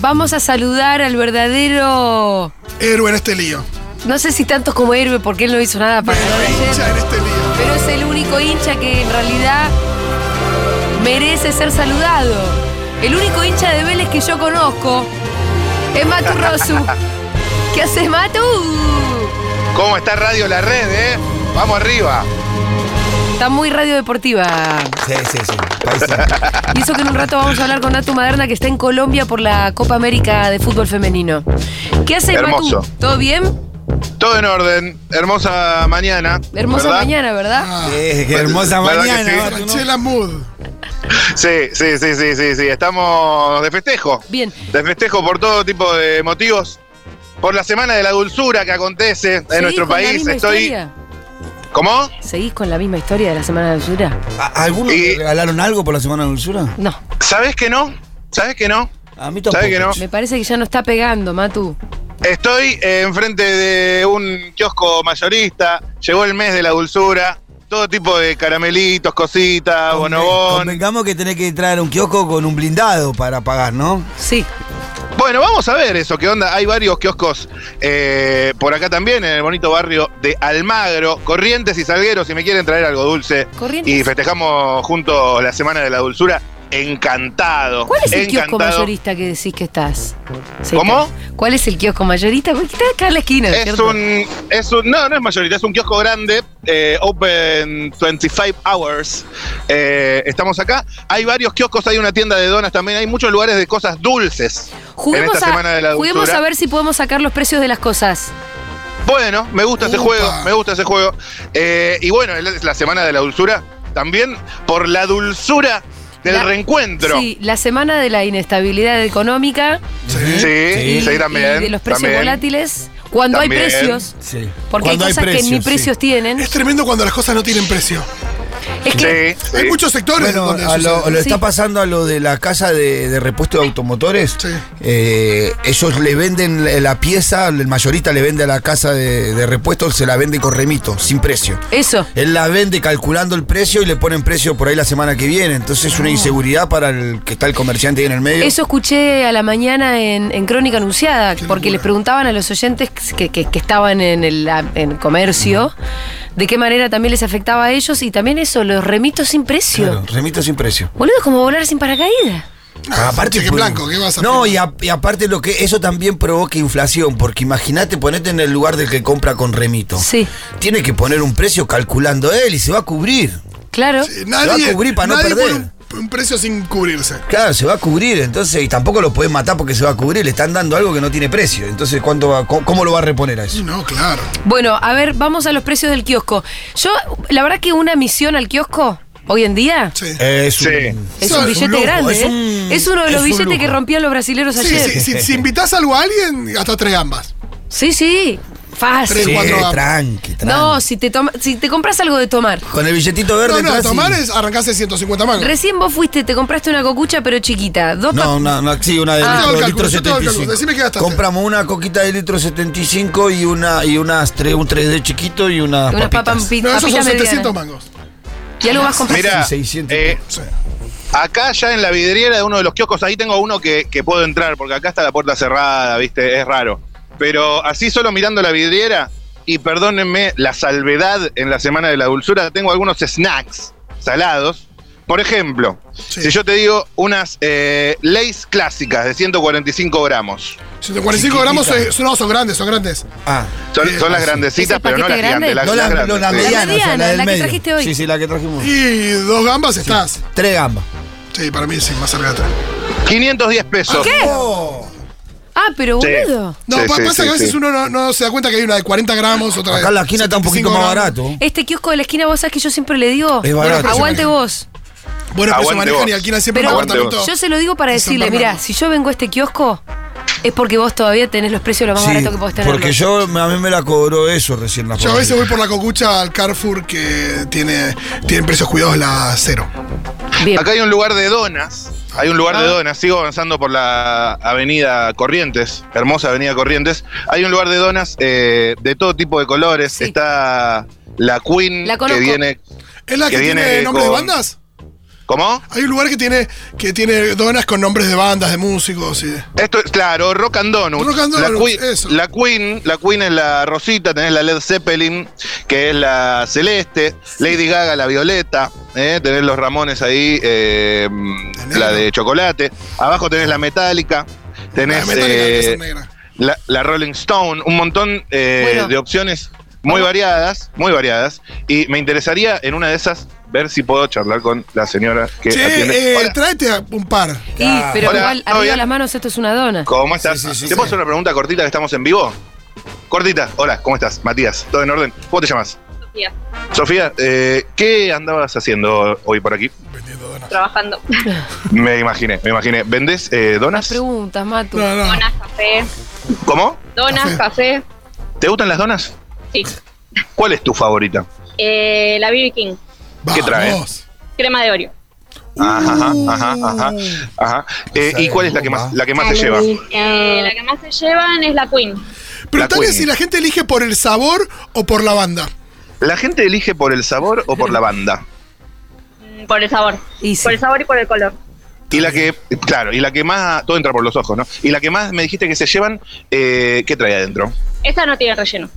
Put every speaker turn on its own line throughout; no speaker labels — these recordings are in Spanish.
Vamos a saludar al verdadero,
héroe en este lío.
no sé si tanto como héroe porque él no hizo nada para ganar
Héroe
ayer,
hincha en este lío.
pero es el único hincha que en realidad merece ser saludado. El único hincha de Vélez que yo conozco es Matu Rosu. ¿Qué haces, Matu?
¿Cómo está Radio La Red, eh? Vamos arriba.
Está muy radio deportiva.
Sí, sí, sí. Paisa.
Y eso que en un rato vamos a hablar con Natu Maderna que está en Colombia por la Copa América de Fútbol Femenino. ¿Qué haces,
Hermoso.
Matu? ¿Todo bien?
Todo en orden. Hermosa mañana.
Hermosa
¿verdad? Ah.
mañana, ¿verdad?
Qué, qué hermosa
¿Verdad que
mañana.
sí?
Batu, ¿no?
Franchella Ah, Mood.
Sí, sí, sí, sí, sí, sí. Estamos de festejo.
Bien.
De festejo por todo tipo de motivos. Por la semana de la dulzura que acontece en
¿Seguís
nuestro
con la
país.
misma
Estoy.
historia?
¿Cómo?
¿Seguís con la misma historia de la semana de dulzura?
¿A- ¿Algunos
Y-
Ah, le regalaron algo por la semana de dulzura?
No.
¿Sabés que no? ¿Sabés que no?
A mí tampoco.
¿Sabe que no?
Me parece que ya no está pegando, Matu.
Estoy eh, enfrente de un kiosco mayorista. Llegó el mes de la dulzura. Todo tipo de caramelitos, cositas,
Conven-
bonobón.
Convengamos que tenés que entrar a un kiosco con un blindado para pagar, ¿no?
Sí.
Bueno, vamos a ver eso, qué onda. Hay varios kioscos eh, por acá también, en el bonito barrio de Almagro, Corrientes y Salgueros, si me quieren traer algo dulce.
Corrientes.
Y festejamos juntos la Semana de la Dulzura. Encantado.
¿Cuál es el kiosco
encantado.
mayorista que decís que estás? Sí,
¿Cómo?
está. ¿Cuál es el kiosco mayorista? Porque está acá en la esquina,
Es
¿cierto?
un, es un. No, no es mayorita, es un kiosco grande, eh, Open 25 Hours. Eh, estamos acá. Hay varios kioscos, hay una tienda de donas también, hay muchos lugares de cosas dulces. en
Juguemos,
esta
a,
semana de la
juguemos
dulzura.
a ver si podemos sacar los precios de las cosas.
Bueno, me gusta ese
Upa.
juego, me gusta ese juego. Eh, y bueno, es la semana de la dulzura, también por la dulzura del
La-
reencuentro.
Sí, la semana de la inestabilidad económica
Sí, sí,
y,
también.
y de los precios
también.
volátiles. Cuando
También.
hay precios.
Sí.
Porque hay cosas que ni
sí.
precios tienen.
Es tremendo cuando las cosas no tienen precio.
Es
Sí,
que
sí.
Hay muchos sectores
Bueno,
donde
a lo,
sucede.
lo
Sí.
está pasando a lo de la casa de, de repuesto de automotores.
Sí.
Eh, ellos le venden la- la pieza, el mayorista le vende a la casa de, de repuesto, se la vende con remito, sin precio.
eso.
Él la vende calculando el precio y le ponen precio por ahí la semana que viene. Entonces es una inseguridad para el que está el comerciante ahí en el medio.
Eso escuché a la mañana en, en Crónica Anunciada, porque les preguntaban a los oyentes que, que- que estaban en el en comercio de qué manera también les afectaba a ellos y también eso, los remitos sin precio.
Claro, remito sin precio.
Boludo, es como volar sin paracaídas.
Ah,
aparte
cheque
pues,
blanco, ¿qué vas a
No,
pedir?
y, a- y aparte lo que eso también provoca inflación, porque imagínate ponete en el lugar del que compra con remito.
Sí.
Tiene que poner un precio calculando él y se va a cubrir.
Claro.
Sí,
Se va
nadie
a cubrir para no
nadie
perder.
pone un, un precio sin cubrirse.
Claro, se va a cubrir, entonces, y tampoco lo podés matar porque se va a cubrir, le están dando algo que no tiene precio. Entonces, ¿cuánto va, cómo, cómo lo va a reponer a
Y
eso?
No, claro.
Bueno, a ver, vamos a los precios del kiosco. Yo, la verdad que una misión al kiosco hoy en día
Sí.
Es
Sí.
es
Eso
un
es un
billete
lujo,
grande.
es
¿eh?
un-
Es uno de los
es un
billetes que
lujo.
rompían los brasileros
Sí,
ayer.
sí, si, si invitas algo a alguien, hasta tres ambas.
sí, sí. Fácil.
Tres,
Sí,
cuatro gambas.
tranqui, tranqui.
No, si te, toma- si te compras algo de tomar.
Con el billetito
No,
verde
no,
atrás y-
tomar es arrancarse 150 mangos.
Recién vos fuiste, te compraste una cocucha pero chiquita. Dos pa-
No, no, no, sí, una de
Ah. Yo
litro,
todo el
litro
cálculo, yo todo el cálculo.
75.
Decime qué gastaste.
Compramos una coquita de litro 75 y una y unas tre- un 3D chiquito y unas
unas
papitas.
papas pi-
No, esos son
papitas medianas.
700 mangos.
Y algo más compras.
Mira,
Sí, 600.
eh,
Sí.
acá ya en la vidriera de uno de los kioscos, ahí tengo uno que, que puedo entrar, porque acá está la puerta cerrada, viste, es raro. Pero así solo mirando la vidriera, y perdónenme la salvedad en la semana de la dulzura, tengo algunos snacks salados. Por ejemplo,
Sí.
si yo te digo unas eh, Lays clásicas de 145 gramos.
145 gramos son, son- no, son grandes, son grandes.
Ah,
Son,
Eh,
son las
sí.
grandecitas,
¿Esas
pero no las
paquete grande?
grandes. Las,
no
las
la,
grandes,
no, la
sí.
mediana,
La
o sea,
mediana,
la del
la que
medio.
trajiste hoy.
Sí, sí, la que trajimos.
Y dos gambas estás.
Tres gambas.
Sí, para mí sí, más cercata.
510 pesos.
¿Qué?
Oh,
Ah, pero
Sí.
boludo.
No,
Sí,
pa-
sí,
pasa
sí,
que a veces
sí.
uno no, no se da cuenta que hay una de 40 gramos, otra de
acá en la esquina está un poquito
75
más
gramos.
barato.
Este kiosco de la esquina, vos sabés que yo siempre le digo.
Es barato.
Aguante vos.
Bueno, pero se
Aguante
manejan
vos.
y alquilan siempre
Pero
un
Aguante
apartamento.
yo se lo digo para
En San
decirle, mira,
Bernardo.
si yo vengo a este kiosco, es porque vos todavía tenés los precios lo más
Sí,
barato que podés tener.
porque yo, a mí me la cobró eso recién la
Yo a
pagué.
veces voy por la cocucha al Carrefour que tiene, tienen precios cuidados la cero.
Bien. Ah.
Acá hay un lugar de donas. Hay un lugar de donas. Sigo avanzando por la avenida Corrientes, hermosa avenida Corrientes. Hay un lugar de donas eh, de todo tipo de colores.
Sí.
Está la Queen,
La
que
conozco.
viene.
¿Es la
Que
que,
viene
tiene nombre de
con-
bandas?
¿Cómo?
Hay un lugar que tiene, que tiene donas con nombres de bandas, de músicos y.
Esto es, claro, Rock and Donuts.
Rock and
la,
Donuts,
Queen,
eso.
la Queen, la Queen es la rosita, tenés la Led Zeppelin, que es la celeste, Lady Gaga, la violeta, ¿eh? tenés los Ramones ahí, eh, la de chocolate. Abajo tenés la metálica, tenés
Ah, Metallica,
eh,
esa negra.
la, la Rolling Stone, un montón eh,
Bueno.
de opciones muy
Vamos.
variadas, muy variadas. Y me interesaría en una de esas ver si puedo charlar con la señora que atiende.
Che, eh,
Hola.
tráete a un par.
Y, pero
Hola,
igual,
¿todo
arriba
bien?
las manos, esto es una dona.
¿Cómo estás?
Sí, sí, sí,
¿Te
sí.
puedo hacer una pregunta cortita que estamos en vivo? Cortita, hola, ¿cómo estás? Matías, ¿todo en orden? ¿Cómo te llamas?
Sofía,
Sofía, eh, ¿qué andabas haciendo hoy por aquí?
Vendiendo donas.
trabajando.
Me imaginé, me imaginé. ¿Vendés eh,
Las
donas?
preguntas, Matu.
No, no.
Donas, café.
¿Cómo?
Donas, café.
¿Te gustan las donas?
Sí.
¿Cuál es tu favorita?
Eh, la BB King.
¿Qué trae?
Vamos.
Crema de Oreo.
Ajá, ajá, ajá, ajá.
Uh.
Eh, ¿Y cuál es la que más, la que más te lleva?
Eh, la que más se llevan es la Queen.
Preguntale
Queen.
si la gente elige por el sabor o por la banda.
¿La gente elige por el sabor o por la banda?
Mm, Por el sabor.
Y sí.
Por el sabor y por el color.
Y la que, claro, y la que más, todo entra por los ojos, ¿no? Y la que más me dijiste que se llevan, eh, ¿qué trae adentro?
Esta no tiene relleno.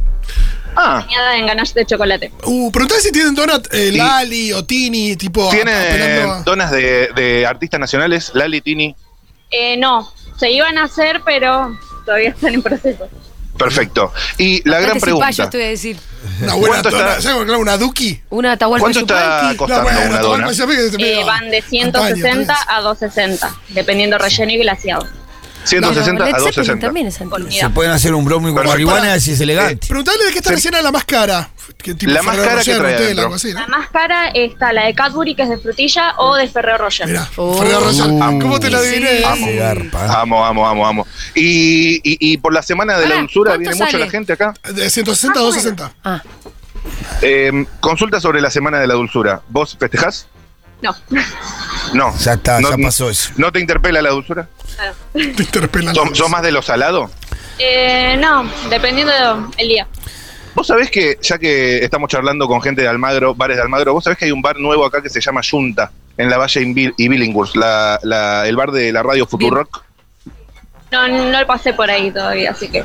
Ah,
Añada en ganache de chocolate.
Uh, preguntale si tienen donut eh,
Sí.
Lali o Tini, tipo.
Ah,
Tiene
apelando a-
donas de, de artistas nacionales, Lali, Tini.
Eh, no, se iban a hacer, pero todavía están en proceso.
Perfecto. Y la gran
Antes y payo,
pregunta.
te voy a decir.
Una buena
¿Cuánto
dona.
está?
¿Sabes? Claro, una Duki.
Una atahualpa
¿Cuánto está
yupanqui.
costando
bueno,
una
todo el
dona?
país sabe que se
Eh,
pega.
van de
Antaño,
160
tres.
a 260, dependiendo relleno y glaciado.
Pero
160
Led
a
Zeppelin
260.
también es antiguo.
Unidad.
Pueden hacer un brownie con
Perfecto.
marihuana si es elegante.
Preguntale de qué está
Sí.
rellena la más cara. Que tipo
La más
Ferrero
cara que
Rocher,
trae
Nutella,
adentro.
algo así, ¿no?
La más cara está la de Cadbury, que es de frutilla, o de Ferrero Rocher.
Mirá,
Oh.
Ferrero Rocher. Ah,
Uh.
¿Cómo te la adiviné? eh?
Sí.
Se garpa.
Amo, amo, amo, amo. Y, y, y por la semana de la
Pará,
dulzura
Ah, ¿cuánto
viene mucho
sale?
la gente acá.
De 160 a 260.
Ah,
Eh, consulta sobre la semana de la dulzura. ¿Vos festejás?
No,
No.
Ya está,
no,
ya pasó eso.
¿No te interpela la dulzura?
claro.
Te interpelan.
¿Sos, sos más de lo salado?
Eh, no, dependiendo del día.
Vos sabés que, ya que estamos charlando con gente de Almagro, bares de Almagro, vos sabés que hay un bar nuevo acá que se llama Junta, en la Valle Invi- y Billinghurst, la- la- el bar de la radio Futurock.
No, no lo pasé por ahí todavía, así que.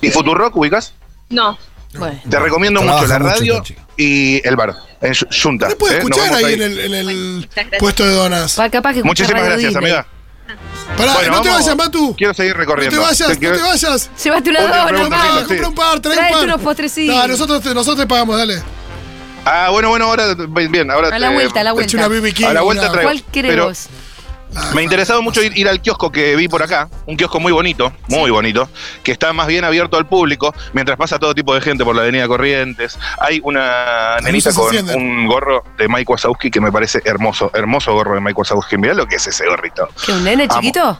¿Y Futurock ubicas?
No,
bueno.
Te recomiendo
Trabaja
mucho la
mucho
radio
esta chica.
y el bar, en Yu- Junta.
¿Qué puede
¿eh? Nos
escuchar
vemos
ahí en el, en el
Muchas gracias.
puesto de donas?
Pa- Capaz que escucha
Muchísimas
Radio
gracias,
Disney.
amiga.
Pará,
Bueno,
no te
vamos.
vayas, Matu.
Quiero seguir
No
recorriendo.
te vayas, no
quiero-
te vayas.
Llévate una
Última
dona,
pregunta,
Comprá,
Mauro.
Miguel. sí.
comprá un par, trae un
Tráete
par.
unos postrecitos.
No, nosotros, te, nosotros te pagamos, dale.
Ah, bueno, bueno, ahora, bien, bien, ahora
A la
te-
vuelta, a la
Te eché una
vuelta.
BB King.
A la vuelta
una-
traigo.
¿Cuál queremos?
Me interesaba mucho ir, ir al kiosco que vi por acá, un kiosco muy bonito, muy bonito, que está más bien abierto al público, mientras pasa todo tipo de gente por la avenida Corrientes. Hay una
Las
nenita
luces se
con
encienden.
un gorro de Mike Wazowski que me parece hermoso, hermoso gorro de Mike Wazowski. Mirá lo que es ese gorrito.
¿Que un nene
Amo.
chiquito?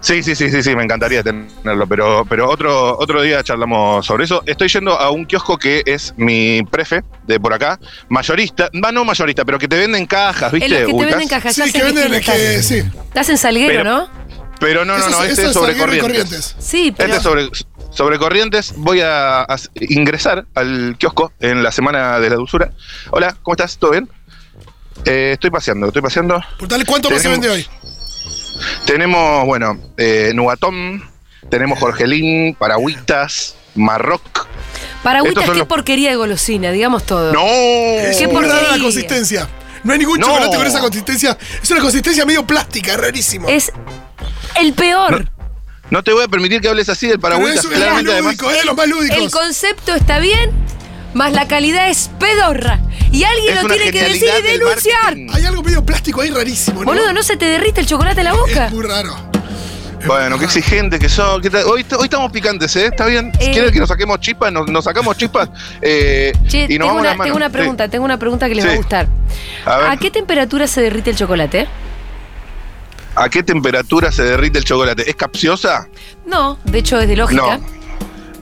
Sí, sí, sí, sí, sí, me encantaría tenerlo, pero, pero otro, otro día charlamos sobre eso. Estoy yendo a un kiosco que es mi prefe de por acá, mayorista, va no mayorista, pero que te venden cajas,
En
¿viste?
los que te
Ubicás.
venden cajas. ya
Sí,
sé
que
en qué
venden, es
esquina
que.
estás.
Sí.
Estás en Salguero,
Pero-
¿no?
Pero no, no,
Eso
no,
es-
este
eso
es
es
sobre
Salguero y
corrientes.
Sí, pero...
Este es sobre, sobre corrientes. Voy a, a ingresar al kiosco en la semana de la dulzura. Hola, ¿cómo estás? ¿Todo bien? Eh, estoy paseando, estoy paseando.
Preguntale cuánto más se
Tenemos-
vende hoy.
Tenemos, bueno, eh, Nugatón, tenemos Jorgelín, Paragüitas, Marroc.
Paragüitas,
Estos son
qué
los-
porquería de golosina, digamos todo.
¡No!
Es
Qué
muy rara la
porquería.
consistencia. No hay ningún
No.
chocolate con esa consistencia. Es una consistencia medio plástica, rarísimo.
Es el peor.
No te voy a permitir que hables así del
Pero
Paragüitas.
es, es lo más
Claramente, además,
lúdico, es de los más
El
lúdicos.
concepto está bien, más la calidad es pedorra. Y alguien
es
lo
una
tiene que decir
genialidad
y
del
denunciar.
marketing.
Hay algo medio plástico ahí rarísimo, ¿no?
Boludo, no se te derrite el chocolate en la boca.
Es muy raro.
Bueno, qué exigente que sos. ¿qué tal? hoy, hoy estamos picantes, ¿eh? ¿Está bien?
Eh.
¿Quieren que nos saquemos chispas? Nos, nos sacamos chispas. eh,
Che,
y nos
tengo
vamos
una,
las manos.
tengo una
Sí.
pregunta, tengo una pregunta que les
Sí.
va a gustar.
A ver.
A, qué temperatura se derrite el chocolate?
¿A qué temperatura se derrite el chocolate? ¿Es capciosa?
No, de hecho es de lógica.
No.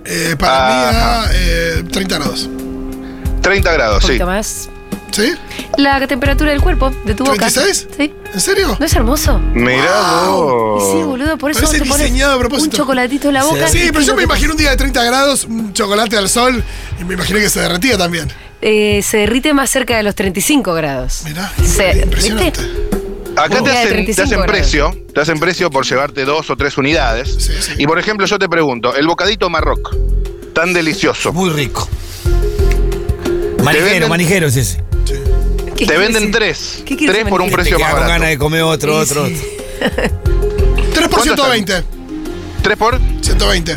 Eh, para mí,
Ah, Ajá.
a, eh, 30 grados.
30
Un
grados, sí.
poquito más.
¿Sí?
La temperatura del cuerpo, de tu boca.
¿36?
Sí.
¿En serio?
¿No es hermoso?
Mirá
Y
vos.
Sí, boludo, por eso
Oh. Parece
vos te pones
diseñado a propósito.
un chocolatito en la boca.
Sí,
y
pero
es
yo
lo
me
que
imagino un día de 30 grados, un chocolate al sol, y me imaginé que se derretía también.
Eh, se derrite más cerca de los 35 grados.
Mirá,
Se-
impresionante.
¿viste?
Acá te
Unidad de
hacen, te
35
hacen
grados.
precio, te hacen precio por llevarte dos o tres unidades.
Sí, sí.
Y por ejemplo, yo te pregunto, el bocadito Marroc, tan
eh.
delicioso,
Muy rico.
Te venden-
Manijero, manijero es ese.
¿Qué
te
quiere
venden
decir?
tres,
¿Qué quiere
tres
decir
por un
Te
precio
queda
más
con ganas
barato.
de comer otro,
Sí,
otro,
sí.
otro.
3 por
¿Cuánto
120.
¿Tres por?
120.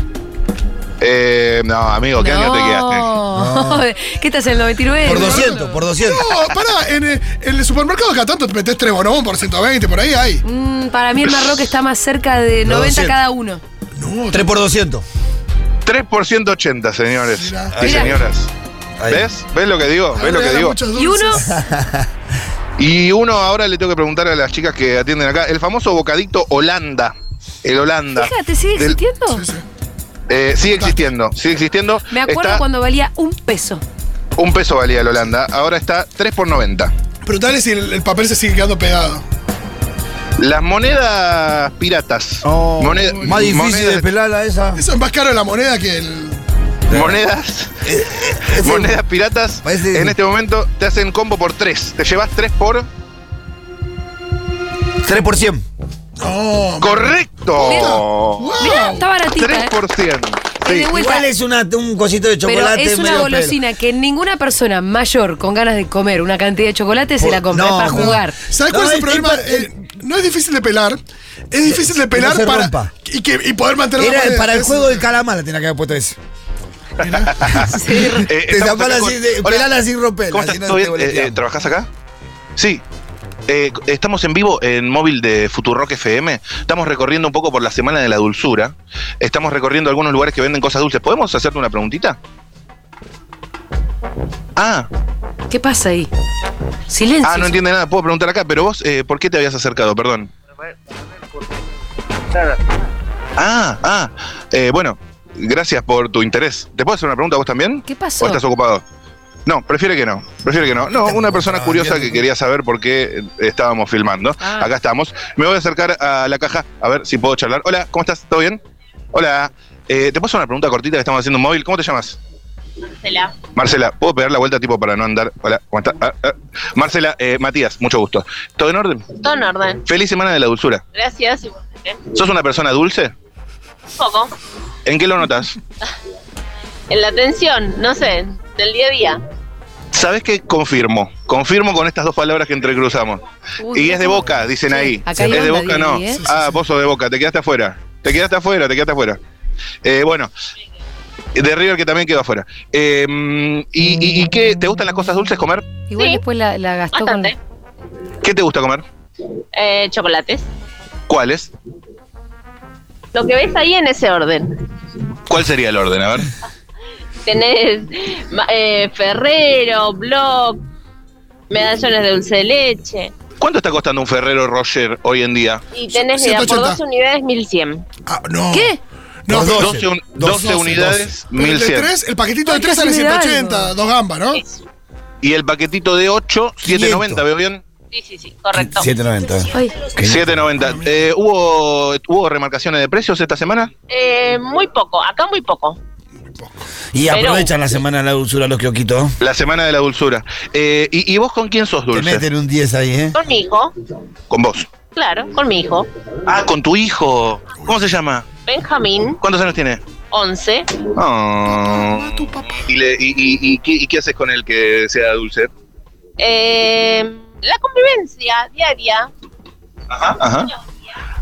Eh, no, amigo, ¿qué año te quedaste?
No. ¿Qué estás en el 99?
Por 200, por 200.
No, pará, en el, en el supermercado cada tanto te metes 3 bonobón por 120, por ahí hay.
Mm, para mí el Marroque está más cerca de
No,
90
200.
cada uno.
No,
3 por 200.
3 por 180, señores
Mirá.
y
Mirá.
señoras.
Ahí.
¿Ves? ¿Ves lo que digo? ¿Ves lo que
Regala
digo?
muchas
Y uno,
dulces.
Y uno ahora le tengo que preguntar a las chicas que atienden acá, el famoso bocadito Holanda. El Holanda.
fíjate, ¿sigue
Del-
existiendo?
Sí, sí.
eh, sigue existiendo, sigue existiendo.
Me acuerdo
Está-
cuando valía un peso.
Un peso valía el Holanda, ahora está 3 por 90.
Pero tal es si el, el papel se sigue quedando pegado.
Las monedas piratas.
Oh,
Moned-
más difícil
monedas,
de pelarla esa.
Eso es más caro la moneda que el.
monedas,
Ese-
monedas piratas.
Parece-
En este momento te hacen combo por 3. Te llevas 3 por.
3 por 100.
No.
¡Correcto!
Wow.
Mirá, está baratita.
3
eh.
por 100.
Es de
Sí.
vuelta.
Igual es una- un cosito de
Pero
chocolate.
es una
medio pelo.
golosina que ninguna persona mayor con ganas de comer una cantidad de chocolate se
Por-
la compra es
no,
para
no.
jugar.
¿Sabes
No,
cuál es el
el
problema?
tipo- el-
Eh, no es difícil de pelar, es difícil de
que
pelar
no se
para.
rompa.
Y, que, y poder mantener la
Era
moneda.
para el
Es-
juego del calamar, la tenía que haber puesto ese.
Sí.
Eh,
Te
estamos
tapás
acá
así,
con-
de-
Hola.
pelala sin romperla.
¿Cómo estás?
si no
¿Todo
te
bien? Eh, eh,
boleteamos.
¿Trabajás acá? Sí. Eh, estamos en vivo en móvil de Futurock FM. Estamos recorriendo un poco por la semana de la dulzura. Estamos recorriendo algunos lugares que venden cosas dulces. ¿Podemos hacerte una preguntita? Ah,
¿Qué pasa ahí? Silencio.
ah, no entiende nada. Puedo preguntar acá, pero vos, eh, ¿por qué te habías acercado? Perdón. Ah, ah. eh, bueno, gracias por tu interés. ¿Te puedo hacer una pregunta a vos también?
¿Qué
¿O
pasó?
estás ocupado? No, prefiere que no. Prefiere que no. No, una persona curiosa que quería saber por qué eh, estábamos filmando.
Ah.
Acá estamos. Me voy a acercar a la caja a ver si puedo charlar. Hola, ¿cómo estás? ¿Todo bien? Hola. Eh, te paso una pregunta cortita que estamos haciendo un móvil. ¿Cómo te llamas?
Marcela.
Marcela, ¿puedo pegar la vuelta tipo para no andar? Hola, ¿cómo estás? Ah, ah. Marcela, eh, Matías, mucho gusto. ¿Todo en orden?
Todo en orden.
Feliz semana de la dulzura.
Gracias. y vos también.
¿Sos una persona dulce?
Un poco.
¿En qué lo notas?
En la atención, no sé, del día a día.
¿Sabes qué? Confirmo. Confirmo con estas dos palabras que entrecruzamos.
Uy,
Y
no.
es de boca, dicen
Sí,
ahí.
acá hay
es de
onda,
boca,
Diego,
no.
ahí, ¿eh? Sí,
Ah, vos sos de boca, te quedaste afuera. Te quedaste afuera, te quedaste afuera. Eh, bueno, de River que también quedó afuera. Eh, mm, y, y- y qué? ¿Te gustan las cosas dulces comer?
Igual
Sí.
después la, la gastó con.
Bastante.
¿Qué te gusta comer?
Eh, chocolates.
¿Cuáles?
Lo que ves ahí en ese orden.
¿Cuál sería el orden? A ver.
Tenés ma- eh, Ferrero, Block, medallones de dulce de leche.
¿Cuánto está costando un Ferrero Roger hoy en día?
Y tenés mira, por
180.
dos unidades 1100.
Ah, no.
¿Qué?
No,
Los
pero-
12, un- 12
12,
unidades,
pero el, de
1100.
tres, el paquetito de
Ay,
3
casi
sale
me da
180,
algo.
dos gambas, ¿no?
Y el paquetito de 8, 790, ¿veo bien?
Sí, sí, sí,
eh,
correcto.
790.
Ay,
790. Eh, ¿hubo, ¿Hubo remarcaciones de precios esta semana?
Eh, muy poco, acá muy poco.
Y
Pero-
aprovechan la semana de la dulzura los quioquitos.
La semana de la dulzura. Eh, ¿y, y vos con quién sos
Te
dulce?
meten un 10 ahí, ¿eh?
Con mi hijo,
Con vos.
claro, con mi hijo.
Ah, con tu hijo. ¿Cómo se llama?
Benjamín,
¿Cuántos años tiene?
11.
Ah. ¿Y, le- y- y- y qué, y qué haces con el que sea dulce?
Eh, la convivencia diaria.
Ajá, Ah, ajá.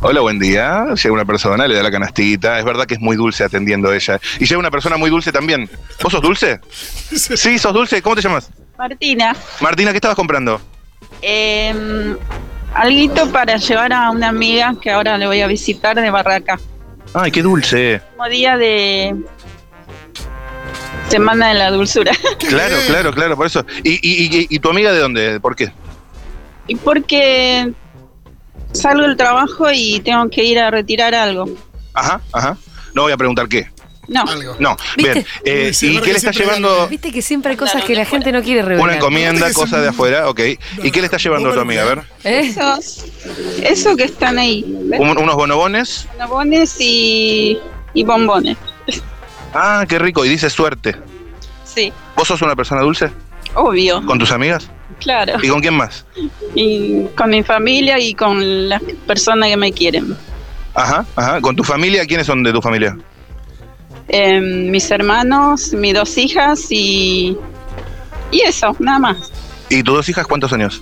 Hola, buen día. Llega una persona, le da la canastita. Es verdad que es muy dulce atendiendo ella. Y llega una persona muy dulce también. ¿Vos sos dulce? Sí, sos dulce. ¿Cómo te llamas?
Martina,
Martina, ¿qué estabas comprando?
eh, alguito para llevar a una amiga que ahora le voy a visitar de Barraca.
Ay, qué dulce.
Como día de Semana de la Dulzura.
Claro, claro, claro, por eso. ¿Y, y- y- y tu amiga de dónde? ¿Por qué?
y porque salgo del trabajo y tengo que ir a retirar algo.
Ajá, ajá. No voy a preguntar qué.
No,
Algo.
No,
¿Viste?
bien. Eh,
Uy, sí,
¿Y
verdad
qué le
que
está
siempre
llevando?
Viste que siempre hay cosas
Claro,
que la gente no quiere revelar.
Una encomienda,
Es
cosa
un-
de afuera, ok. ¿Y qué le está llevando
No,
tu amiga? A ver,
¿Eh?
esos, eso que están ahí, ¿ves?
un- unos bonobones.
Bonobones y, y bombones.
Ah, qué rico, y dice suerte.
Sí,
¿Vos sos una persona dulce
obvio.
con tus amigas?
claro.
¿Y con quién más?
Y con mi familia y con las personas que me quieren.
Ajá, ajá. ¿Con tu familia? ¿Quiénes son de tu familia?
Eh, mis hermanos, mis dos hijas y, y eso, nada más.
¿Y tus dos hijas cuántos años?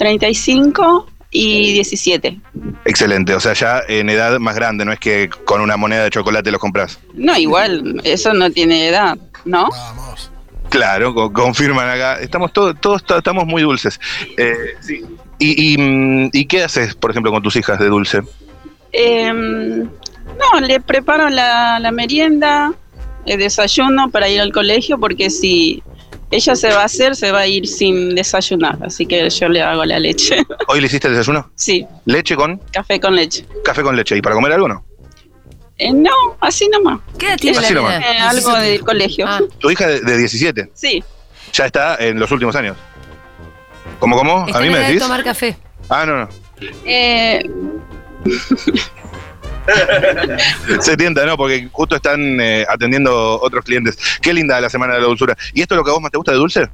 35 y 17.
Excelente, o sea, ya en edad más grande, no es que con una moneda de chocolate los compras.
No, igual, eso no tiene edad, ¿no?
Vamos.
Claro, co- confirman acá. Estamos to- todos to- estamos muy dulces. Eh, sí. ¿Y, y, mm, y qué haces, por ejemplo, con tus hijas de dulce?
Eh, no, le preparo la, la merienda, el desayuno para ir al colegio, porque si ella se va a hacer, se va a ir sin desayunar. Así que yo le hago la leche.
¿Hoy le hiciste el desayuno?
sí,
¿Leche con
café con leche.
café con leche? ¿Y para comer algo no?
Eh, no, así nomás.
¿Qué edad tiene
Así
la
nomás.
nena?
Eh, algo del colegio.
Ah,
Tu hija de, de 17,
Sí,
ya está en los últimos años. ¿Cómo, cómo?
está
¿A mí
en
me
edad de
decís?
Este tomar café.
Ah, no, no.
eh,
Se tienta, ¿no? Porque justo están eh, atendiendo otros clientes. Qué linda la semana de la dulzura. ¿Y esto es lo que a vos más te gusta de dulce?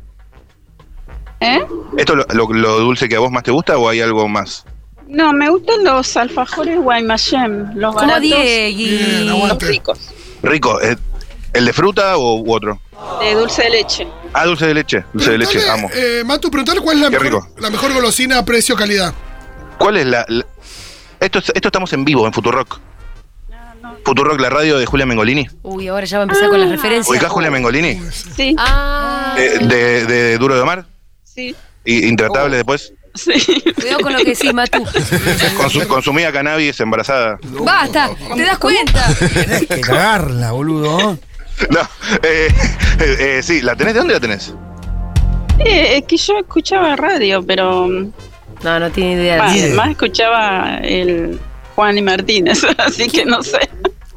¿eh?
¿Esto es lo, lo- lo dulce que a vos más te gusta o hay algo más?
No, me gustan los alfajores Guaymallén, los
¿Cómo
baratos,
Bien,
Diego?
aguante.
los ricos,
Rico, eh, ¿el de fruta o, u otro?
de dulce de leche.
Ah, dulce de leche, dulce de leche,
Preguntale,
amo.
Eh, Matu, preguntale cuál es la
Qué
mejor,
rico.
la mejor golosina precio-calidad.
¿Cuál es la...? la- esto, es- esto estamos en vivo, en Futurock. Futurock, la radio de Julia Mengolini.
Uy, ahora ya va a empezar con las referencias.
¿Ubicás Julia Mengolini?
Sí,
Ah,
Eh, de, de Duro de Omar,
sí,
y Intratable después.
sí.
cuidado con lo que decís, Matú.
Consu- consumía cannabis embarazada.
Basta, ¿te das cuenta?
Tenés que cagarla, boludo.
No, eh, eh, eh, sí, ¿la tenés? ¿De dónde la tenés?
Eh, es que yo escuchaba radio, pero mm,
No, no tiene idea.
más,
bien.
más escuchaba el Juan y Martínez, así que no sé.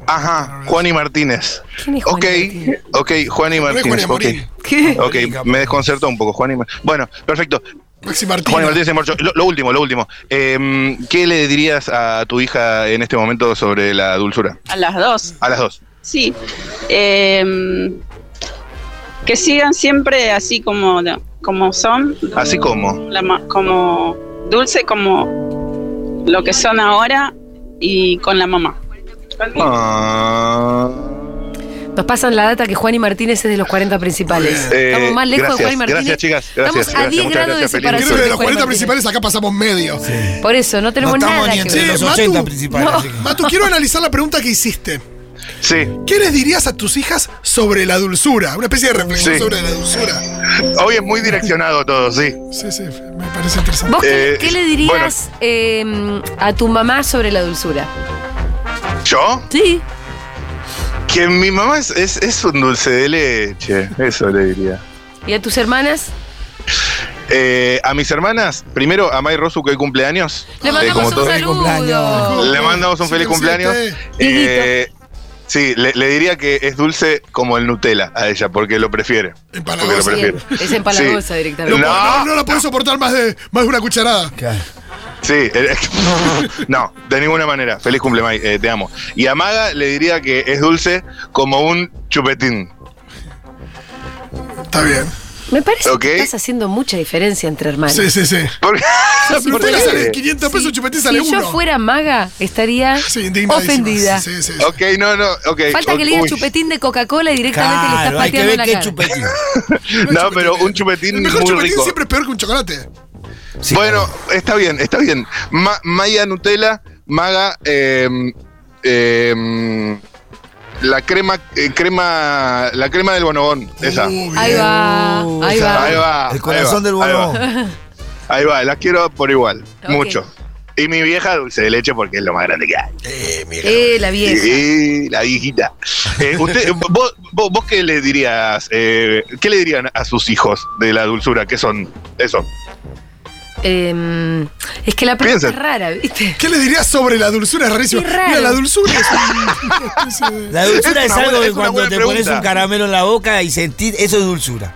Ajá, Juani Martínez.
¿Quién es Juan
Ok,
Martínez?
ok, Juani
No es
Martínez.
Juana
Ok,
Morín,
¿Qué?
Ok, me desconcertó un poco, Juani. Mar- Bueno, perfecto.
Maxi Martínez.
Juani Martínez Morcho. Lo, lo último, lo último. Eh, ¿Qué le dirías a tu hija en este momento sobre la dulzura?
A las dos,
A las dos.
sí. Eh, que sigan siempre así como, como son,
Así como.
la ma- como dulce, como lo que son ahora y con la mamá.
Ah.
Nos pasan la data que Juan y Martínez es de los 40 principales.
Eh,
Estamos más lejos de Juan
gracias,
y Martínez.
gracias, chicas, gracias,
Estamos a
gracias,
10
muchas
grados
gracias,
de
Felipe.
separación.
Creo que
de
de los
Juan
40
Martínez.
principales acá pasamos medio.
Por eso, no
No
tenemos
estamos
nada
ni
que
entre
ver.
los
Matu.
80 principales. así que-
Matu, quiero analizar la pregunta que hiciste.
Sí.
¿Qué les dirías a tus hijas sobre la dulzura? Una especie de reflexión
Sí.
sobre la dulzura.
Hoy es muy direccionado todo, sí.
Sí, sí, me parece interesante.
¿Vos qué,
Eh,
qué le dirías eh, a tu mamá sobre la dulzura?
¿Yo?
Sí.
Que mi mamá es, es, es un dulce de leche, eso le diría.
¿Y a tus hermanas?
Eh, a mis hermanas, primero a May Rosu que hoy cumpleaños.
Le
Eh,
mandamos
como
un
todo-
feliz
saludo.
cumpleaños.
Le mandamos un feliz cumpleaños. Eh, sí, le, le diría que es dulce como el Nutella a ella, porque lo prefiere. Porque lo
Empalagosa.
prefiere.
Es empalagosa directamente.
No,
No,
no, no la puedes soportar más de, más de una cucharada.
Claro.
Sí, eh, no, de ninguna manera. Feliz cumple, May, eh, te amo. Y a Maga le diría que es dulce como un chupetín.
Está bien.
Me parece
Ok.
que estás haciendo mucha diferencia entre hermanos.
Sí, sí, sí.
Porque- porque-
Si Nutella sale 500 pesos, chupetín sale
si
uno.
yo fuera maga, estaría
Sí, indignadísima.
ofendida.
Sí, sí, sí.
Ok, no, no, ok.
Falta que le digas
Uy,
chupetín de Coca-Cola y directamente le estás
Claro, hay que
pateando
ver
la
qué
cara.
chupetín.
No, pero un
El
chupetín
mejor
muy
chupetín
rico.
siempre es peor que un chocolate.
Sí,
bueno, está bien, está bien. Ma- Maya Nutella, Maga, eh, eh, la crema, eh, crema, la crema del bonobón, esa.
Muy
Ahí
bien.
va,
Uh,
ahí
esa-
va.
Ahí va. ahí
El corazón
va,
del
ahí va.
bono.
Ahí va, las quiero por igual,
Ok.
mucho. Y mi vieja dulce de leche porque es lo más grande que hay.
Eh, la vieja.
Sí, la viejita. Eh, usted, vos, vos- vos qué le dirías, eh, qué le dirían a sus hijos de la dulzura? ¿Qué son? Eso.
Eh, es que la
Piensa.
pregunta es rara, ¿viste?
¿Qué le dirías sobre la dulzura? Es rarísimo.
Qué raro.
Mira, la dulzura es un- una especie de-
La dulzura
Es
es,
una
algo
buena- es una
que cuando
buena
te pones
pregunta.
un caramelo en la boca y sentís, eso es dulzura.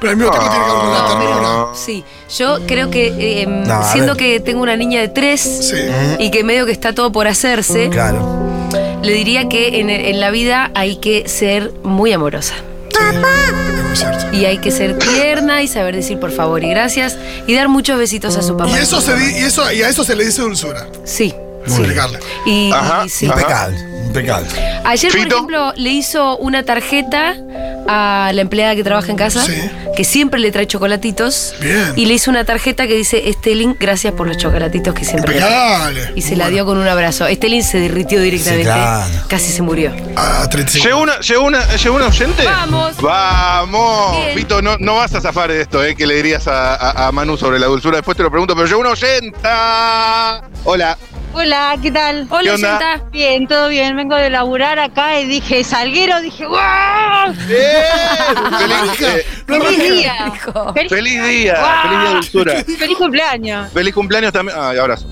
Pero al mismo tiempo tiene que haber una ternura.
Pero Ah. sí, yo creo que eh,
No, a
siendo
ver.
que tengo una niña de tres
Sí.
y que medio que está todo por hacerse,
Claro.
le diría que en, en la vida hay que ser muy amorosa.
Sí, Es muy cierto.
Y hay que ser tierna y saber decir por favor y gracias y dar muchos besitos a su papá.
Y eso se di- y eso, y a eso se le dice dulzura.
Sí. sí.
Explicarle.
Y,
Ajá,
y sí.
ajá.
Impecable, impecable.
Ayer, por
Fito.
ejemplo, le hizo una tarjeta a la empleada que trabaja en casa,
Sí.
que siempre le trae chocolatitos.
Bien.
Y le hizo una tarjeta que dice, Estelín, gracias por los chocolatitos que siempre me traes".
Impecable.
Y se la dio con un abrazo. Estelín se derritió directamente.
Sí, claro.
Casi se murió.
A 35.
¿Llegó una, llegó una, llegó una oyente?
Vamos.
¡Vamos!
Bien.
Vito, no, no vas a zafar de esto, eh, que le dirías a, a- a Manu sobre la dulzura. Después te lo pregunto, pero llegó una oyenta. Hola.
Hola, ¿qué tal?
Hola,
onda?
Yenta.
Bien, todo bien. Vengo de laburar acá y dije, salguero, dije, ¡guau!
¡Feliz, eh,
¡Feliz día!
Hijo.
Feliz,
feliz día! ¡Feliz día de dulzura!
feliz cumpleaños!
¡Feliz cumpleaños también! ¡Ay, abrazo!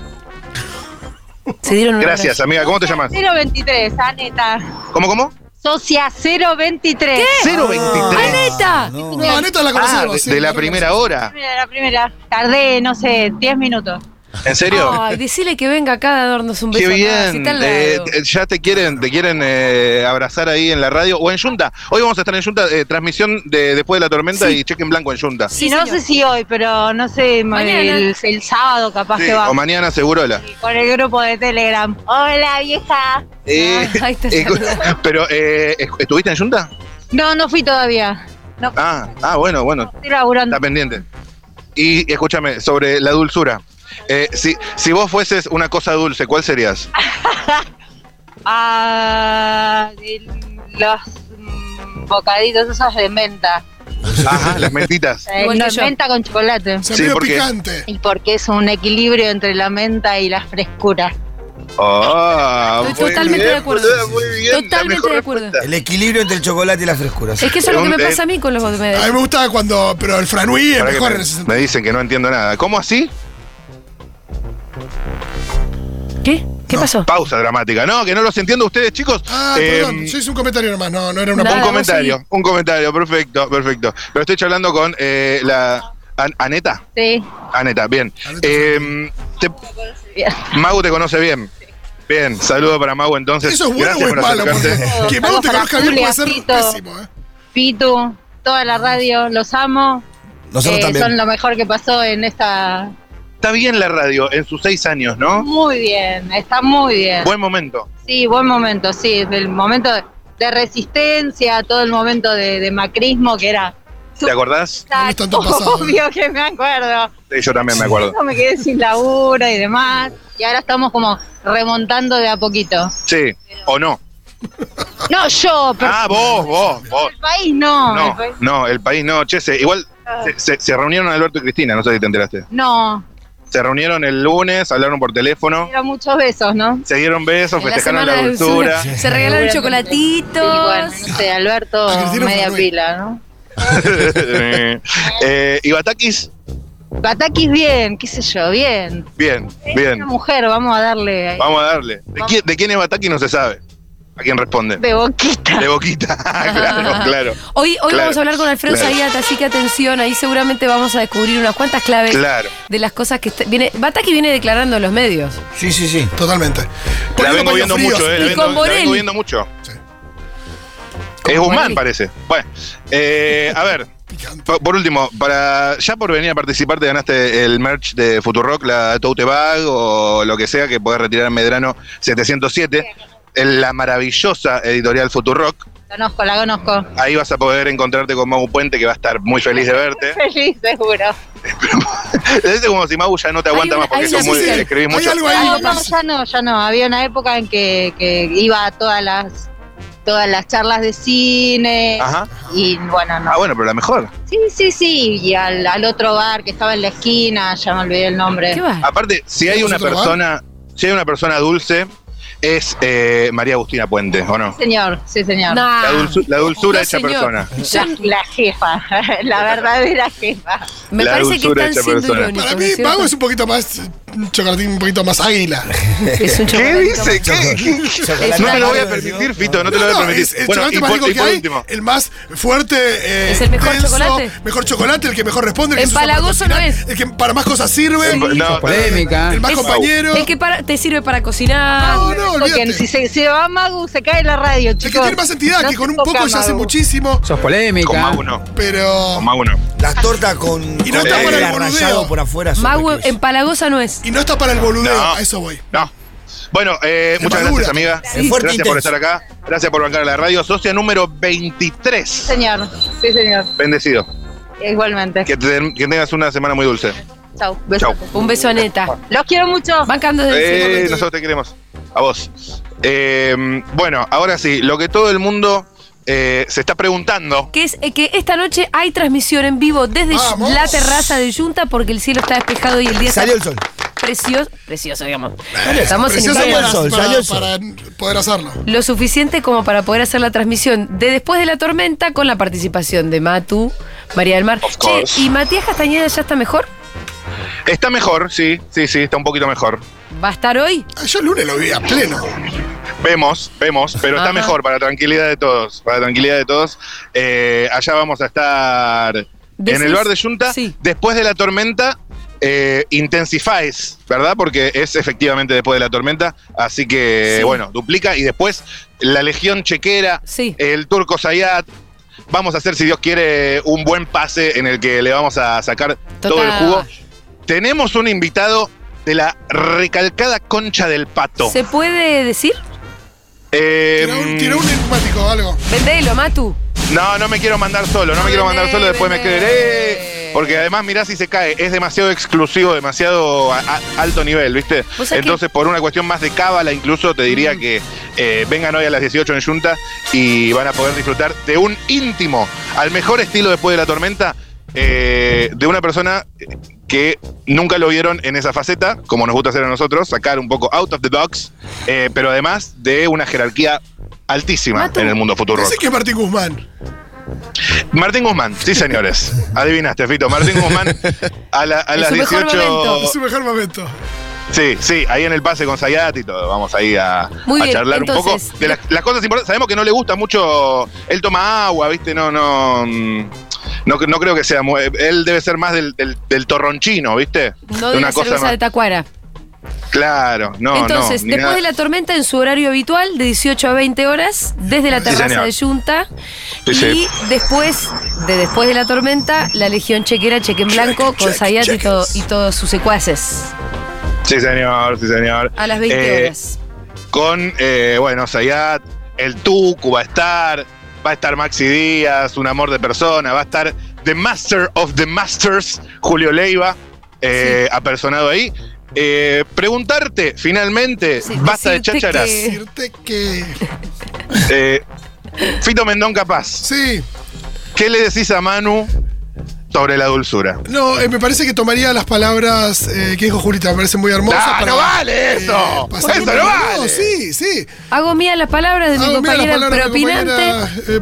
Se dieron un
Gracias,
abrazo.
amiga. ¿Cómo te llamas?
023, Aneta.
¿Cómo, cómo?
Socia 023.
023.
¡Aneta!
No, Aneta la
Ah,
conocemos.
de,
sí,
de la
la
primera
conocemos.
hora.
Mira, La primera. Tardé, no sé, 10 minutos.
¿En serio?
Ay, decile que venga acá a darnos Oh, un beso.
Qué
acá,
bien.
si está al
Eh,
lado.
eh, ya te quieren, te quieren eh, abrazar ahí en la radio o en Junta. Hoy vamos a estar en Junta, eh, transmisión de después de la tormenta y cheque en blanco en Junta.
Sí,
y no
señor.
sé si hoy, pero no sé,
Mañana.
el, el sábado capaz
Sí,
que
o
vamos.
mañana segurola.
Con el grupo de Telegram. Hola, vieja.
Eh,
ahí está
eh,
saludando.
pero, eh, ¿estuviste en Junta?
No, no fui todavía. No,
Ah, ah, bueno, bueno,
estoy laburando.
está pendiente. Y escúchame, sobre la dulzura. Eh, si, si vos fueses una cosa dulce, ¿cuál serías?
Ah, el- los mm, bocaditos esos de menta.
Ajá, las mentitas.
Eh,
Igual
no,
que yo.
menta con chocolate.
Se
Sí,
medio
porque-
picante.
Y porque es un equilibrio entre la menta y la frescura.
Ah,
Estoy
muy
totalmente
bien,
de acuerdo.
boluda, muy bien, la
Totalmente
mejor
de acuerdo.
respuesta.
El equilibrio entre el chocolate y la frescura. sí.
Es que eso es lo que me
Pregunta-
pasa a mí con los
A mí
gourmet.
me gusta cuando. Pero el franui es
Pará que
mejor en ese
me,
sentido.
me dicen que no entiendo nada. ¿Cómo así? eh,
¿Qué? ¿Qué pasó?
Pausa dramática. No, que no los entiendo ustedes, chicos.
Ah,
Eh,
perdón. Yo hice un comentario nomás. No, no era una.
Nada.
un
vos
comentario, un comentario, perfecto, perfecto. Pero estoy charlando con eh, la An- Aneta.
Sí.
Aneta, bien.
Aneta,
Eh, te-
Bien.
Magu te conoce bien. Bien, saludo para Magu entonces.
¿Eso es bueno o es
por
malo?
acercarte.
Porque que vos te conozca bien puede ser
Julia, Fito.
pésimo, ¿eh?
Pitu, toda la radio, los amo.
Nosotros
Eh,
también.
son lo mejor que pasó en esta.
Está bien la radio en sus seis años, ¿no?
Muy bien, está muy bien.
Buen momento.
Sí, buen momento, sí, del momento de, de resistencia, todo el momento de, de macrismo que era.
¿Te acordás?
No es tanto pasado, ¿eh?
obvio que me acuerdo.
Sí, yo también me acuerdo.
Yo me quedé sin laburo y demás. Y ahora estamos como remontando de a poquito.
Sí, o no.
No, yo, pero
Ah, vos, vos, vos.
el país no. el
No,
país-
no, el país no. Che, se- igual
Ah.
se, se- se reunieron Alberto y Cristina, no sé si te enteraste.
no,
Se reunieron el lunes, hablaron por teléfono,
eran muchos besos, ¿no?
se dieron besos,
En
festejaron la,
semana de
dulzura.
Se regalaron
Seguramente. Sí, bueno,
chocolatitos.
no sé, Alberto,
Ah, Cristina
media
Fernández.
pila, ¿no?
eh, y Batakis,
Batakis bien, qué sé yo, bien.
bien,
Es
bien.
una mujer, vamos a darle ahí.
Vamos a darle. ¿De quién, de quién es Batakis no se sabe? ¿A quién responde?
de boquita.
De boquita. claro, claro.
Hoy, hoy
Claro,
vamos a hablar con Alfredo
claro.
Zayata, así que atención, ahí seguramente vamos a descubrir unas cuantas claves
Claro.
de las cosas que está- viene. Bataki viene declarando en los medios.
Sí, sí, sí.
Totalmente.
La
Poniendo
vengo
paños
viendo
fríos.
mucho, eh. La
Y
vengo,
con
la vengo
Borelli.
viendo mucho.
Sí.
Es Guzmán,
Borelli.
parece. Bueno, eh, a ver.
Picante.
Por, por último, para ya por venir a participar te ganaste el merch de Futurock, la tote bag o lo que sea que podés retirar en Medrano 707, en la maravillosa editorial Futurock.
Conozco, la conozco.
Ahí vas a poder encontrarte con Mau Puente que va a estar muy feliz de verte.
Feliz, seguro.
Es como si Mau ya no te aguanta
Hay
más
una-
porque
hay
sos
una
muy
música.
escribís
Hay
mucho.
algo ahí.
Ah, no, ya no, ya no. Había una época en que, que iba a todas las todas las charlas de cine
Ajá.
y bueno, no.
Ah, bueno, pero la mejor.
Sí, sí, sí. Y al, al otro bar que estaba en la esquina, ya me olvidé el nombre.
¿Qué va?
Aparte, si hay
¿Tenemos
una
Ah. otro bar?
persona, si hay una persona dulce, es eh, María Agustina Puente, ¿o no?
Señor, sí, señor.
Nah.
Ah.
La, dulzu- la dulzura
No,
de esa
señor.
persona.
La, la jefa, la verdadera jefa.
Me
La
parece que
dulzura
están
de esa
siendo
persona.
irónicos.
Para
¿no
mí,
es cierto?
Mago es un poquito más un chocolatín un poquito más águila.
Es un
¿Qué
chocolate
dice?
como-
¿Qué?
Es
¿Qué? No me lo voy a permitir, Fito, no te lo voy a permitir.
es el
Bueno,
chocolate
y
más
por,
rico
y
que
por
hay,
último.
el más fuerte, eh,
¿Es el mejor
denso,
chocolate?
mejor chocolate, el que mejor responde, el que se usa
Empalagoso
para cocinar,
no es.
el que para más cosas sirve,
No, no,
Polémica.
el más
Es-
compañero.
El que para- te sirve para cocinar.
no, no,
Porque
olvídate.
si se, se va Magu, se cae la radio,
El
chicos.
que tiene más entidad,
No
que con
se
un poco
toca,
ya hace
Magu.
muchísimo,
Sos
con
polémica.
más uno,
pero
con más uno.
Las tortas con.
Y no
con
está
el
para
rallado
el boludeo.
por afuera. son
Mago
riquísimas.
empalagosa no es.
y no está para el boludeo,
No.
a eso voy.
No. Bueno, eh,
Es
muchas
madura.
gracias, amiga.
Es fuerte
Gracias por
intenso.
estar acá. Gracias por bancar a la radio. Socia número 23.
Señor, sí, señor.
Bendecido.
Igualmente.
Que, te- que tengas una semana muy dulce.
Chau, besos.
Chau.
Un beso a neta.
Los quiero mucho.
Bancando desde
Eh,
el cielo.
nosotros te queremos. A vos. Eh, bueno, ahora sí, lo que todo el mundo eh, se está preguntando.
que es eh, que esta noche hay transmisión en vivo desde
Vamos.
la terraza de Yunta porque el cielo está despejado y el día
Salió el
está
sol.
precioso, precioso, digamos. Estamos en
Precioso
invierno.
para,
sol,
para-
salió el sol.
para poder hacerlo.
Lo suficiente como para poder hacer la transmisión de Después de la Tormenta con la participación de Matu, María del Mar.
Of
Che,
course.
¿y Matías Castañeda ya está mejor?
Está mejor, sí, sí, sí, está un poquito mejor.
¿Va a estar hoy?
Ah, Yo el lunes lo vi a pleno.
Vemos, vemos, pero está
Ajá.
mejor para tranquilidad de todos. Para tranquilidad de todos. Eh, allá vamos a estar
¿Decís?
en el bar de Yunta.
Sí.
Después de la tormenta, eh, intensifies, ¿verdad? Porque es efectivamente después de la tormenta. Así que,
Sí.
bueno, duplica. Y después la Legión Chequera,
Sí.
el Turco Zayat. Vamos a hacer, si Dios quiere, un buen pase en el que le vamos a sacar todo el
Total.
jugo. Tenemos un invitado de la recalcada concha del pato.
¿Se puede decir?
Eh,
Tiró un, tiró un enigmático o algo.
Vendelo, Matu.
No, no me quiero mandar solo, no,
No,
me quiero
vende,
mandar solo, después me
vende.
quedaré. Porque además, mirá si se cae, es demasiado exclusivo, demasiado a- a- alto nivel, ¿viste?
Vos sabés
Entonces, por una cuestión más de cábala, incluso te diría que eh, vengan hoy a las 18 en Junta y van a poder disfrutar de un íntimo, al mejor estilo después de la tormenta, eh, de una persona que nunca lo vieron en esa faceta, como nos gusta hacer a nosotros, sacar un poco out of the box, eh, pero además de una jerarquía altísima
Matu.
en el mundo futuro.
Pensé que es Martín Guzmán.
Martín Guzmán, sí señores. Adivinaste, Fito. Martín Guzmán a, la- a
En
las
su mejor
18.
Es su mejor momento.
Sí, sí, ahí en el pase con Zayat y todo. Vamos ahí a,
Muy
a
bien,
charlar un
entonces-
poco de las, las cosas importantes. Sabemos que no le gusta mucho. Él toma agua, ¿viste? No, no. mm, No, no creo que sea. mu- Él debe ser más del, del, del torronchino, ¿viste?
No de la cerveza
más-
de Tacuara.
Claro, no.
Entonces,
no, ni
después
nada.
de la tormenta, en su horario habitual, de 18 a 20 horas, desde la
Sí,
terraza
señor.
de Yunta.
Sí,
y
sí.
después, de después de la tormenta, la Legión Chequera, Cheque en Blanco,
Check,
con
check,
Zayat y,
checkers.
todo- y todos sus secuaces.
Sí, señor, sí, señor.
A las 20
Eh,
horas.
con, eh, bueno, Zayat, el Tucu va a estar, va a estar Maxi Díaz, un amor de persona, va a estar The Master of the Masters, Julio Leiva, eh, apersonado ahí. Eh, preguntarte, finalmente,
Sí,
basta de
decirte
chácharas.
que-
Decirte que.
Eh, Fito Mendón Capaz,
Sí.
¿qué le decís a Manu sobre la dulzura?
No, eh, me parece que tomaría las palabras eh, que dijo Julita, me parece muy hermosa.
¡Ah, no vale eso!
pasar
¡Eso
un-
no vale!
sí, sí.
Hago mía las palabras de mi
Ah, mira las
compañera
palabras de mi
propinante.
compañera, eh,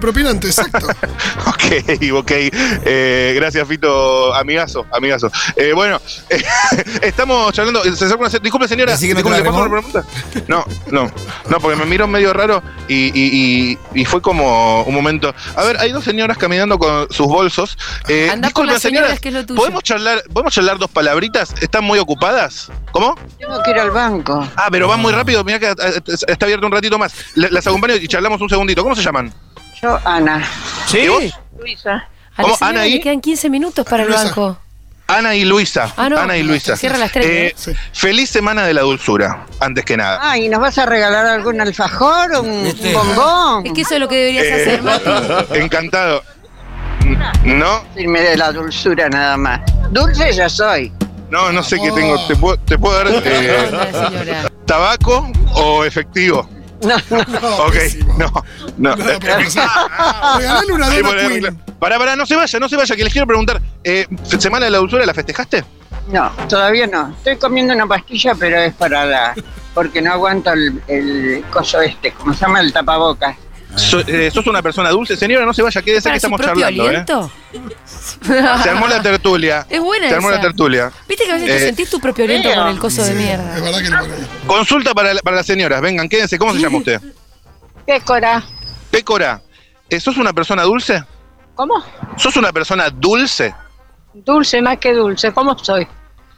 propinante, exacto.
Ok, ok. Eh, gracias, Fito. Amigazo, amigazo. Eh, bueno, estamos charlando. se acerca una se- disculpe, señora.
Decí que no te
disculpe,
la
¿le puedo hacer una pregunta? No, no. No, porque me miró medio raro y, y- y- y fue como un momento. A ver, hay dos señoras caminando con sus bolsos. Eh,
Andá con
disculpe,
las señoras, que es lo tuyo.
¿podemos charlar, ¿podemos charlar dos palabritas? ¿Están muy ocupadas? ¿Cómo?
Tengo que ir al banco.
Ah, pero van muy rápido. Mirá que eh, está abierto un ratito más. Le- Las acompaño y charlamos un segundito. ¿Cómo se llaman?
Yo, Ana.
¿Y vos?
Luisa.
A
¿Cómo?
la señora
Ana
le
y-
quedan 15 minutos para el
Luisa.
banco.
Ana y Luisa.
Ah, no.
Ana y Luisa. Eh,
Cierra las tres, ¿eh? ¿no?
Sí.
Feliz semana de la dulzura, antes que
Ah,
nada.
Ay, Ah, ¿nos vas a regalar algún alfajor o un,
Este.
un bombón?
Es que eso es lo que deberías
Eh,
hacer, Mati.
Encantado. No,
Irme de la dulzura nada más. Dulce ya soy.
no, no sé qué
Oh.
tengo. ¿Te puedo, te puedo dar eh,
Onda, señora.
tabaco o efectivo?
No, no.
No,
ok,
pésimo.
no, no.
No, pero pésimo. Regalale una
Ahí
dona
por ahí,
Queen.
Pará, pará, no se vaya, no se vaya, que les quiero preguntar. eh, ¿Semana de la dulzura la festejaste?
Ah.
No, todavía no. Estoy comiendo una pastilla, pero es para la... Porque no aguanto el, el coso este, ¿cómo se llama? El tapabocas.
So- eh, ¿Sos una persona dulce? Señora, no se vaya, quédese que
¿Para su
estamos
propio
charlando. ¿eh?
aliento?
Se armó la tertulia.
Es buena
Se armó
esa.
la tertulia.
Viste que a veces te
Eh,
sentís tu propio aliento con el coso de mierda.
Es verdad que no.
Consulta para, la- para las señoras. Vengan, quédense. ¿Cómo se llama usted?
Pécora.
Pécora, eh, ¿sos una persona dulce?
¿Cómo?
¿Sos una persona dulce?
Dulce más que dulce. ¿Cómo soy?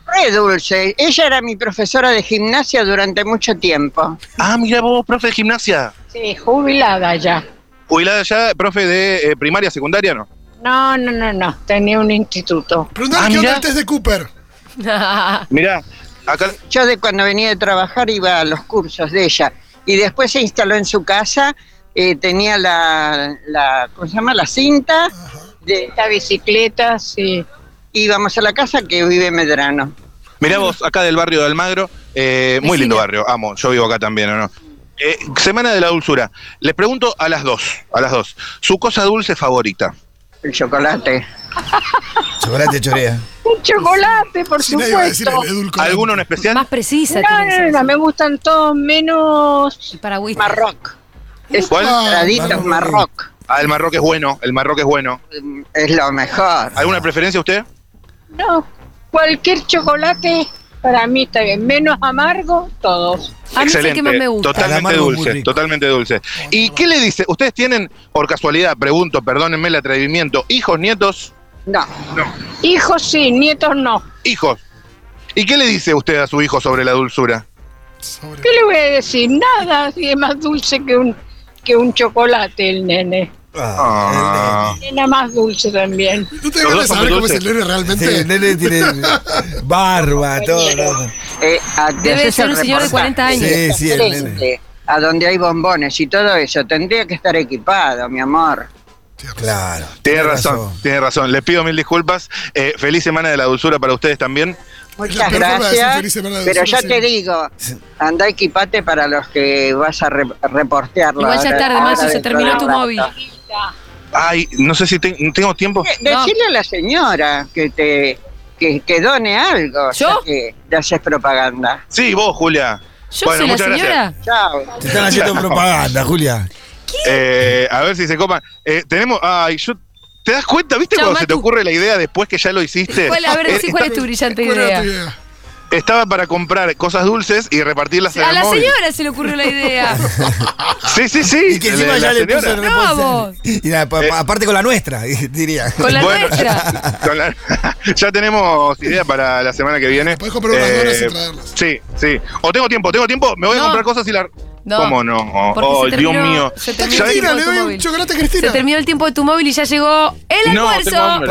Re dulce. Ella era mi profesora de gimnasia durante mucho tiempo.
Ah, mira vos, profe de gimnasia.
Sí, jubilada ya.
Jubilada ya, profe de eh, primaria, secundaria, ¿no?
No, no, no, no. Tenía un instituto.
Preguntale
Ah,
qué
mirá.
onda el test de Cooper.
Mirá, acá
Yo de cuando venía de trabajar iba a los cursos de ella. Y después se instaló en su casa, eh, tenía la, la, ¿cómo se llama? La cinta. De,
Esta bicicleta, sí.
íbamos a la casa que vive en Medrano.
Mirá vos, acá del barrio de Almagro, eh, muy
Vecina.
lindo barrio, amo, yo vivo acá también, ¿o no? Eh, Semana de la Dulzura. Les pregunto a las dos, a las dos, su cosa dulce favorita.
El chocolate.
Chocolate chorea.
Un chocolate, por
Si nadie va a decir
supuesto.
el edulcorante.
¿Alguno en especial?
Más precisa.
No,
tiene que
no,
ser.
no, me gustan todos menos
Y Para whisky.
Marroc. Es
¿Cuál?
cuadraditos, Marroc.
Ah, el marroque es bueno, el marroque es bueno.
Es lo mejor.
¿Alguna preferencia usted?
No, cualquier chocolate para mí está bien. Menos amargo, todos.
A mí es el que más me gusta.
El
Totalmente
amargo es muy
dulce,
rico.
totalmente dulce. ¿Y qué le dice? ¿Ustedes tienen, por casualidad, pregunto, perdónenme el atrevimiento, hijos, nietos?
No.
Hijos sí, nietos no.
Hijos. ¿Y qué le dice usted a su hijo sobre la dulzura?
Sobre-
¿Qué le voy a decir? Nada así es más dulce que un, que un chocolate el nene.
Ah.
Nena más dulce también.
¿No te
Los
ganas
dos
de
son
saber cómo es
dulces.
el nene
Sí,
realmente?
el nene tiene barba, todo. todo.
Eh, a- te
Debe
haces
ser
el
un señor de
reportaje.
40 años.
Sí, sí, el
Frente,
nene.
Este, a donde hay bombones y todo eso. Tendría que estar equipado, mi amor.
Claro.
Tiene razón, tiene razón. Les pido mil disculpas. Eh, feliz semana de la dulzura para ustedes también.
Muchas
peor forma de decir
gracias.
feliz semana de
Pero ya
dulzura, sí.
te digo, anda equipate para los que vas a re- reportearlo.
Igual ya
ahora-
tarde,
ahora
Mayo, se
dentro
terminó
de
tu
un rato.
móvil.
Ay, no sé si te- tengo tiempo.
Eh, Decirle a la señora que te que, que done algo.
¿Yo?
ya que le haces propaganda.
Sí, vos, Julia.
Yo soy la señora.
Chao.
Te están haciendo propaganda, Julia.
Eh, a ver si se copan. Eh, tenemos. Ay, yo. ¿Te das cuenta, viste,
Chau,
cuando se te
Matu.
ocurre la idea después que ya lo hiciste? Eh,
¿Cuál, a ver, decí cuál es tu brillante
¿Cuál era
idea.
tu idea?
Estaba para comprar cosas dulces y repartirlas en
A
el
la
móvil.
señora se le ocurrió la idea.
Sí, sí, sí.
Y que encima
La
ya le puso
señora. Eh.
el
Bravo.
responsable. Y la- pa- pa- aparte con la nuestra, diría.
Con la
Bueno,
nuestra.
con la- ya tenemos idea para la semana que viene. Eh,
Podés comprar unas donas y traerlas.
Sí, sí. O tengo tiempo, tengo tiempo, me voy a
No.
comprar cosas y la.
No.
¿Cómo no?
Porque
Oh,
se
Dios
terminó-
mío.
se
Está
terminó el
¿Sabés?
tiempo
Cristina,
de
le
tu
doy un
móvil.
chocolate a
Se
Cristina.
terminó el tiempo de tu móvil y ya llegó el
No,
almuerzo.
tengo hambre.